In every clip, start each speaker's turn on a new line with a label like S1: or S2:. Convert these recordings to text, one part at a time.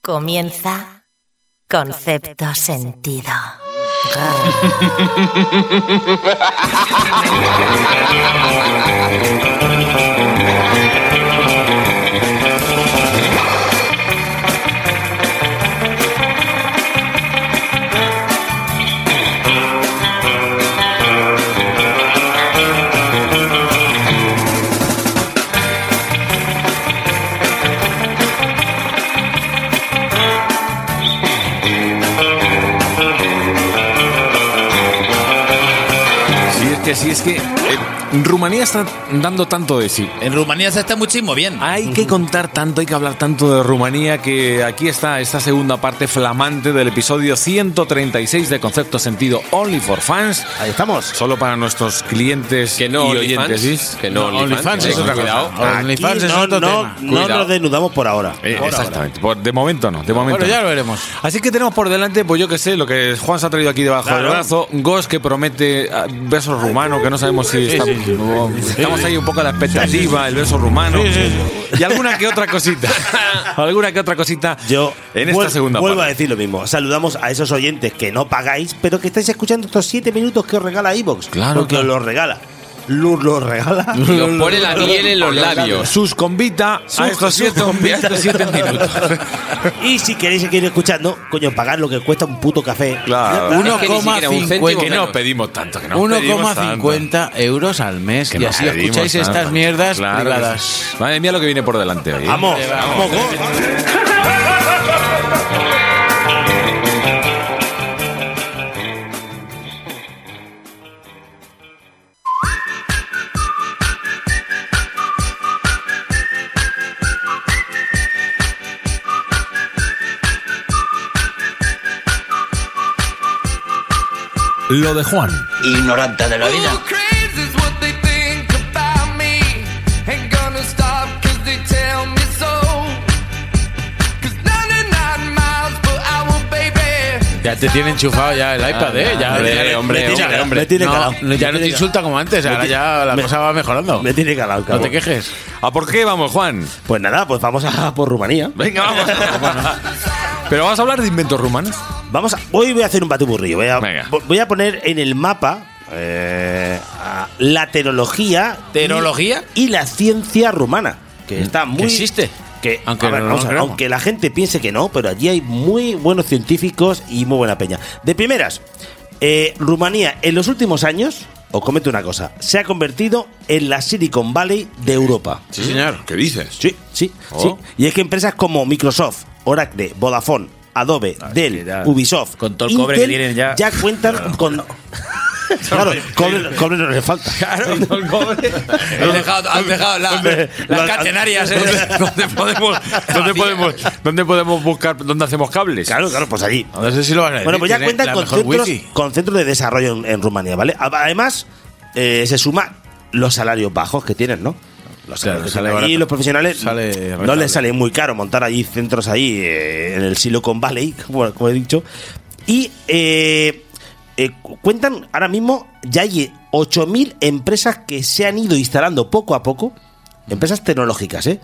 S1: Comienza Concepto Sentido.
S2: Si es que, si es que eh, Rumanía está dando tanto de sí.
S3: En Rumanía se está muchísimo bien.
S4: Ah,
S2: Hay que contar tanto, hay que hablar tanto de Rumanía que aquí está esta segunda parte flamante del episodio 136 de Concepto Sentido Only for Fans.
S5: Ahí estamos.
S2: Solo para nuestros clientes
S6: Que no
S2: y
S6: OnlyFans.
S2: oyentes. ¿sí?
S6: Que no OnlyFans.
S2: es
S6: eh,
S2: otra cosa.
S6: cuidado.
S2: Ah,
S5: Aquí
S4: OnlyFans es
S5: no,
S4: otro
S5: no-
S4: tema.
S5: no
S6: Cuidado.
S5: nos desnudamos por ahora.
S2: eh,
S5: Por ahora.
S2: exactamente. Por- de momento no, de momento.
S4: Bueno, ya
S2: no.
S4: lo veremos.
S2: Así que tenemos por delante, pues yo que sé, lo que Juan se ha traído aquí debajo del brazo, Gos que promete ah, verso rumano, que no sabemos si está- no, estamos ahí un poco a la expectativa, el verso rumano, y alguna que otra cosita, alguna que otra cosita
S5: Yo
S2: en esta
S5: vuel-
S2: segunda
S5: vuelvo a
S2: parte.
S5: decir lo mismo. Saludamos a esos oyentes que no pagáis, pero que estáis escuchando estos siete minutos que os regala iVoox.
S2: Claro,
S5: Porque
S2: claro.
S5: os los regala. Luz los regala.
S6: Nos pone la miel en los labios.
S2: Sus convita a estos siete, a estos siete minutos.
S5: y si queréis seguir escuchando, coño, pagad lo que cuesta un puto café.
S2: Claro.
S6: Es que ni
S4: 1,5
S6: siquiera un céntimo
S2: Que no
S6: menos.
S2: pedimos tanto, que no pedimos tanto.
S4: 1,50 euros al mes
S2: Que
S4: y
S2: no
S4: así
S2: pedimos
S4: escucháis
S2: tanto.
S4: estas mierdas
S2: Claro que
S4: privadas.
S2: sí. Madre mía lo que viene por delante hoy. ¿eh?
S5: Vamos, vamos, go.
S2: Lo de Juan.
S7: ignorante de la vida.
S4: Ya te tiene enchufado ya el iPad, ¿eh? Ya,
S2: hombre,
S4: ya le-
S2: hombre,
S4: le tiene-
S5: hombre, hombre.
S4: le tiene
S5: No,
S4: calado.
S5: le
S4: ya no
S5: tiene
S4: te insulta como antes, ahora
S5: tiene-
S4: ya la
S5: me-
S4: cosa va mejorando.
S5: Me tiene calado,
S4: No
S5: cabrón.
S4: te quejes.
S2: ¿A por qué vamos, Juan?
S5: Pues nada, pues vamos a por Rumanía.
S2: Venga,
S4: Pues
S2: vamos. Pero vamos a hablar de inventos rumanos.
S5: Vamos a- hoy voy a hacer un batiburrillo. Voy a,
S2: Venga.
S5: vo- voy a poner en el mapa eh, a la terología. y-
S4: ¿Terología?
S5: Y, la ciencia rumana. Que está muy.
S4: Mm, existe?
S5: Que,
S4: Aunque
S5: a ver,
S4: no lo
S5: vamos a ver,
S4: creamos.
S5: aunque la gente piense que no, pero allí hay muy buenos científicos y muy buena peña. De primeras, eh, Rumanía en los últimos años, os comento una cosa, se ha convertido en la Silicon Valley de Europa.
S2: Sí, señor. ¿Qué dices?
S5: Sí, sí,
S2: Oh.
S5: sí. Y es que empresas como Microsoft, Oracle, Vodafone, Adobe, Dell,
S4: ya-
S5: Ubisoft,
S4: Ah, con todo el cobre que tienen ya.
S5: cuentan con. claro, cobre, cobre no les falta.
S3: Has dejado, has dejado la-
S5: Lo-
S3: las catenarias.
S2: ¿Dónde podemos, dónde, podemos, dónde podemos buscar, dónde hacemos cables?
S5: Claro, claro, pues allí.
S4: No sé si lo van a decir.
S5: Bueno, pues ya
S4: tiene
S5: cuentan
S4: la
S5: con
S4: mejor
S5: centros,
S4: wifi.
S5: con centros de desarrollo en, en Rumanía, ¿vale? A- Además, eh, se suma los salarios bajos que tienen, ¿no? Los
S4: Claro,
S5: salarios que
S4: sale
S5: tienen allí,
S4: barato.
S5: los profesionales
S4: Sale
S5: no
S4: rentable.
S5: les sale muy caro montar allí centros ahí eh, en el Silicon Valley, como, como he dicho. Y eh, eh, cu- cuentan ahora mismo, ya hay 8.000 empresas que se han ido instalando poco a poco, empresas tecnológicas, ¿eh?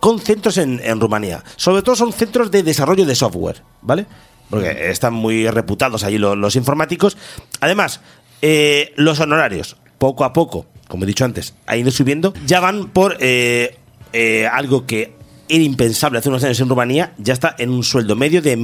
S5: con centros en, en Rumanía. Sobre todo son centros de desarrollo de software, ¿vale? Porque
S4: Mm.
S5: están muy reputados allí lo- los, informáticos. Además, eh, los honorarios, poco a poco, como he dicho antes, ha ido subiendo, ya van por eh, eh, algo que era impensable hace unos años en Rumanía, ya está en un sueldo medio de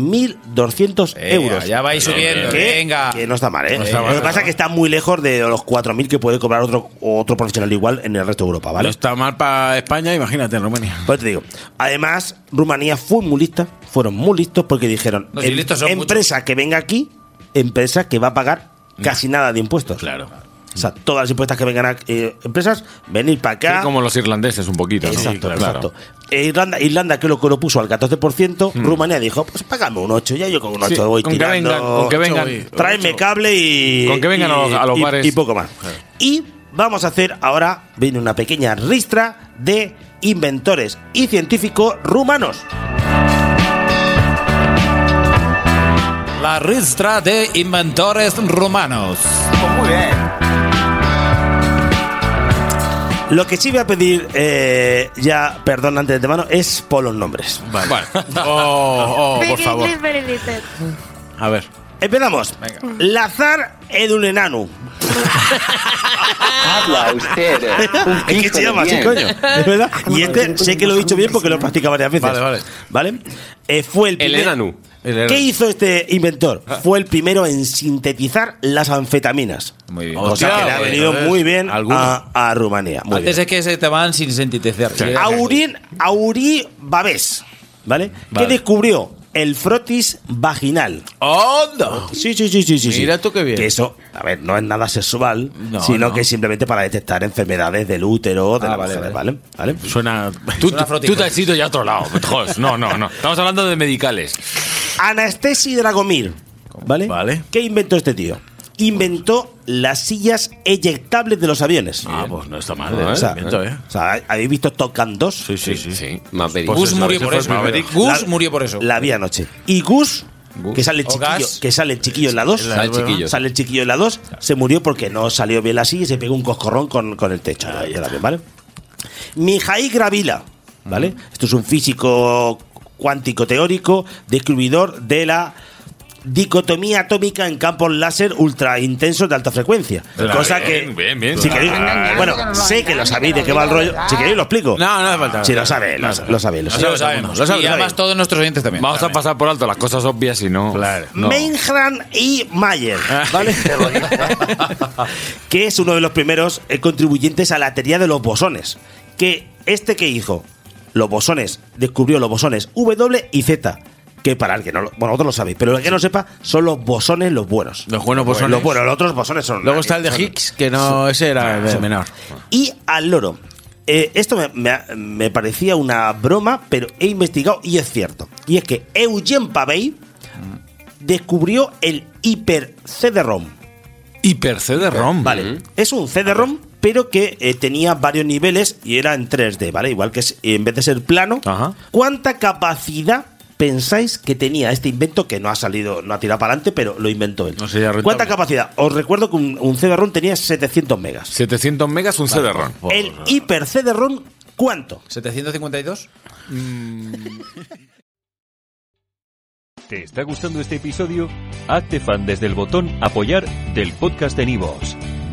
S5: 1.200 euros.
S3: Ya vais subiendo.
S5: Que-
S3: Venga.
S5: Que no está mal, ¿eh?
S4: No está mal,
S5: Lo que
S4: no
S5: pasa
S4: está
S5: es que está muy lejos de los 4.000 que puede cobrar otro, otro profesional igual en el resto de Europa, ¿vale?
S4: No está mal para España, imagínate en Rumanía.
S5: Pues te digo. Además, Rumanía fue muy lista. Fueron muy listos porque dijeron: em,
S3: No, si listos son
S5: empresa que venga aquí, empresa que va a pagar casi nada de impuestos. Claro. O sea, todas las impuestas que vengan a eh, empresas, venir para acá.
S2: Sí, como los irlandeses un poquito. ¿no?
S5: Exacto,
S2: Claro.
S5: exacto. Eh, Irlanda, Irlanda que lo, que lo puso al 14%, Rumanía dijo, pues pagame un 8, ya yo con un 8
S2: Mm. Sí,
S5: voy
S2: con que
S5: tirando.
S2: vengan- con que vengan-
S5: Ocho, tráeme cable y...
S2: Con que vengan
S5: y-
S2: a los- a los
S5: y-
S2: bares.
S5: Y poco más. Y vamos a hacer ahora, viene una pequeña ristra de inventores y científicos rumanos.
S3: La ristra de inventores rumanos.
S5: Lo que sí voy a pedir, eh, ya, perdón antes de antemano, es por los nombres.
S4: Vale. Oh, oh, por favor. A ver.
S5: Empezamos. Lazar Edulenanu.
S7: Habla usted. eh.
S5: Es que se llama así, coño. ¿De verdad? Y este sé que lo he dicho bien porque lo he practicado varias veces.
S4: Vale, vale.
S5: ¿Vale? Eh, fue el
S6: El
S5: primer-
S6: enanu.
S4: El enano.
S5: ¿Qué hizo este inventor? Fue el primero en sintetizar las anfetaminas.
S3: Muy bien.
S5: O sea,
S4: Hostia,
S5: que le ha
S4: bueno,
S5: venido
S4: ¿ves?
S5: muy bien a,
S4: Alguna.
S5: a Rumanía. Muy
S3: Antes
S5: bien.
S3: es que se te van sin sintetizar.
S5: Aurin, Auri Babés, ¿vale?
S3: Vale.
S5: Que descubrió el frotis vaginal.
S4: ¡Onda!
S5: Sí, sí, sí, sí, sí. sí.
S4: Mira tú qué bien.
S5: Que eso, a ver, no es nada sexual,
S4: No,
S5: sino
S4: no. Ah,
S5: que es simplemente para detectar enfermedades del útero, de la
S4: vale,
S5: mujer, ¿vale? ¿Vale?
S4: Suena.
S2: Tú, tú te has ido ya a otro lado. Jos, no, no, no. Estamos hablando de medicales.
S5: Anastasi Dragomir, ¿vale?
S4: Vale.
S5: ¿Qué inventó este tío? Inventó las sillas eyectables de los aviones.
S4: Ah, pues no está mal.
S6: No,
S4: eh,
S5: o, sea,
S4: invento, eh.
S5: o sea, ¿habéis visto Tocan 2?
S4: Sí, sí, sí.
S6: Sí, más
S4: Pues
S3: Gus
S4: eso,
S3: murió
S4: ese
S3: por
S4: fue
S3: eso.
S4: el primero.
S3: Gus
S5: La-
S3: murió por eso.
S5: La vi anoche. Y Gus, que sale el
S3: O
S5: chiquillo,
S3: Gas.
S5: que sale el chiquillo en la 2,
S6: Sale el chiquillo.
S5: sale el chiquillo en la 2, se murió porque no salió bien así y se pegó un coscorrón con, con el techo. del avión, ¿vale? Mijaí Gravila, ¿vale? Esto es un físico cuántico teórico, descubridor de la dicotomía atómica en campos láser ultra intensos de alta frecuencia.
S2: Pero
S5: Cosa
S2: bien,
S5: que
S2: bien, bien.
S5: si queréis, bueno, sé que lo sabéis de qué va el rollo, si queréis lo explico.
S4: No, no hace falta.
S5: Si lo sabéis, lo, lo sabéis, lo
S3: Sí,
S5: sabéis.
S3: lo sabemos.
S5: Lo sabéis,
S3: y
S5: lo
S3: además
S5: sabéis.
S3: todos nuestros oyentes también.
S2: Vamos a pasar por alto las cosas obvias y no.
S4: Claro.
S2: no.
S5: Mainhran y Mayer, ¿vale? que es uno de los primeros eh, contribuyentes a la teoría de los bosones. Que este que hizo los bosones, descubrió los bosones W y Z. Que para el que no lo, bueno, vosotros lo sabéis, pero el que no sepa son los bosones los buenos.
S4: Los buenos bosones.
S5: Los buenos, los otros bosones son.
S4: Luego está el de Higgs, que no, ese era el menor.
S5: Y al loro. Eh, esto me, me ha- me parecía una broma, pero he investigado y es cierto. Y es que Eugene Pavey descubrió el hiper CD-ROM.
S2: Hiper CD-ROM.
S5: Vale. Es un CD-ROM, pero que eh, tenía varios niveles y era en 3D, ¿vale? Igual que es- en vez de ser plano.
S2: Ajá.
S5: ¿Cuánta capacidad pensáis que tenía este invento que no ha salido, no ha tirado para adelante, pero lo inventó él?
S2: No sería rentable.
S5: ¿Cuánta capacidad? Os recuerdo que un, un CD-ROM tenía 700 megas.
S2: 700 megas, un CD-ROM.
S5: El hiper CD-ROM, ¿cuánto?
S3: ¿752?
S8: ¿Te está gustando este episodio? Hazte fan desde el botón Apoyar del podcast de Nivos.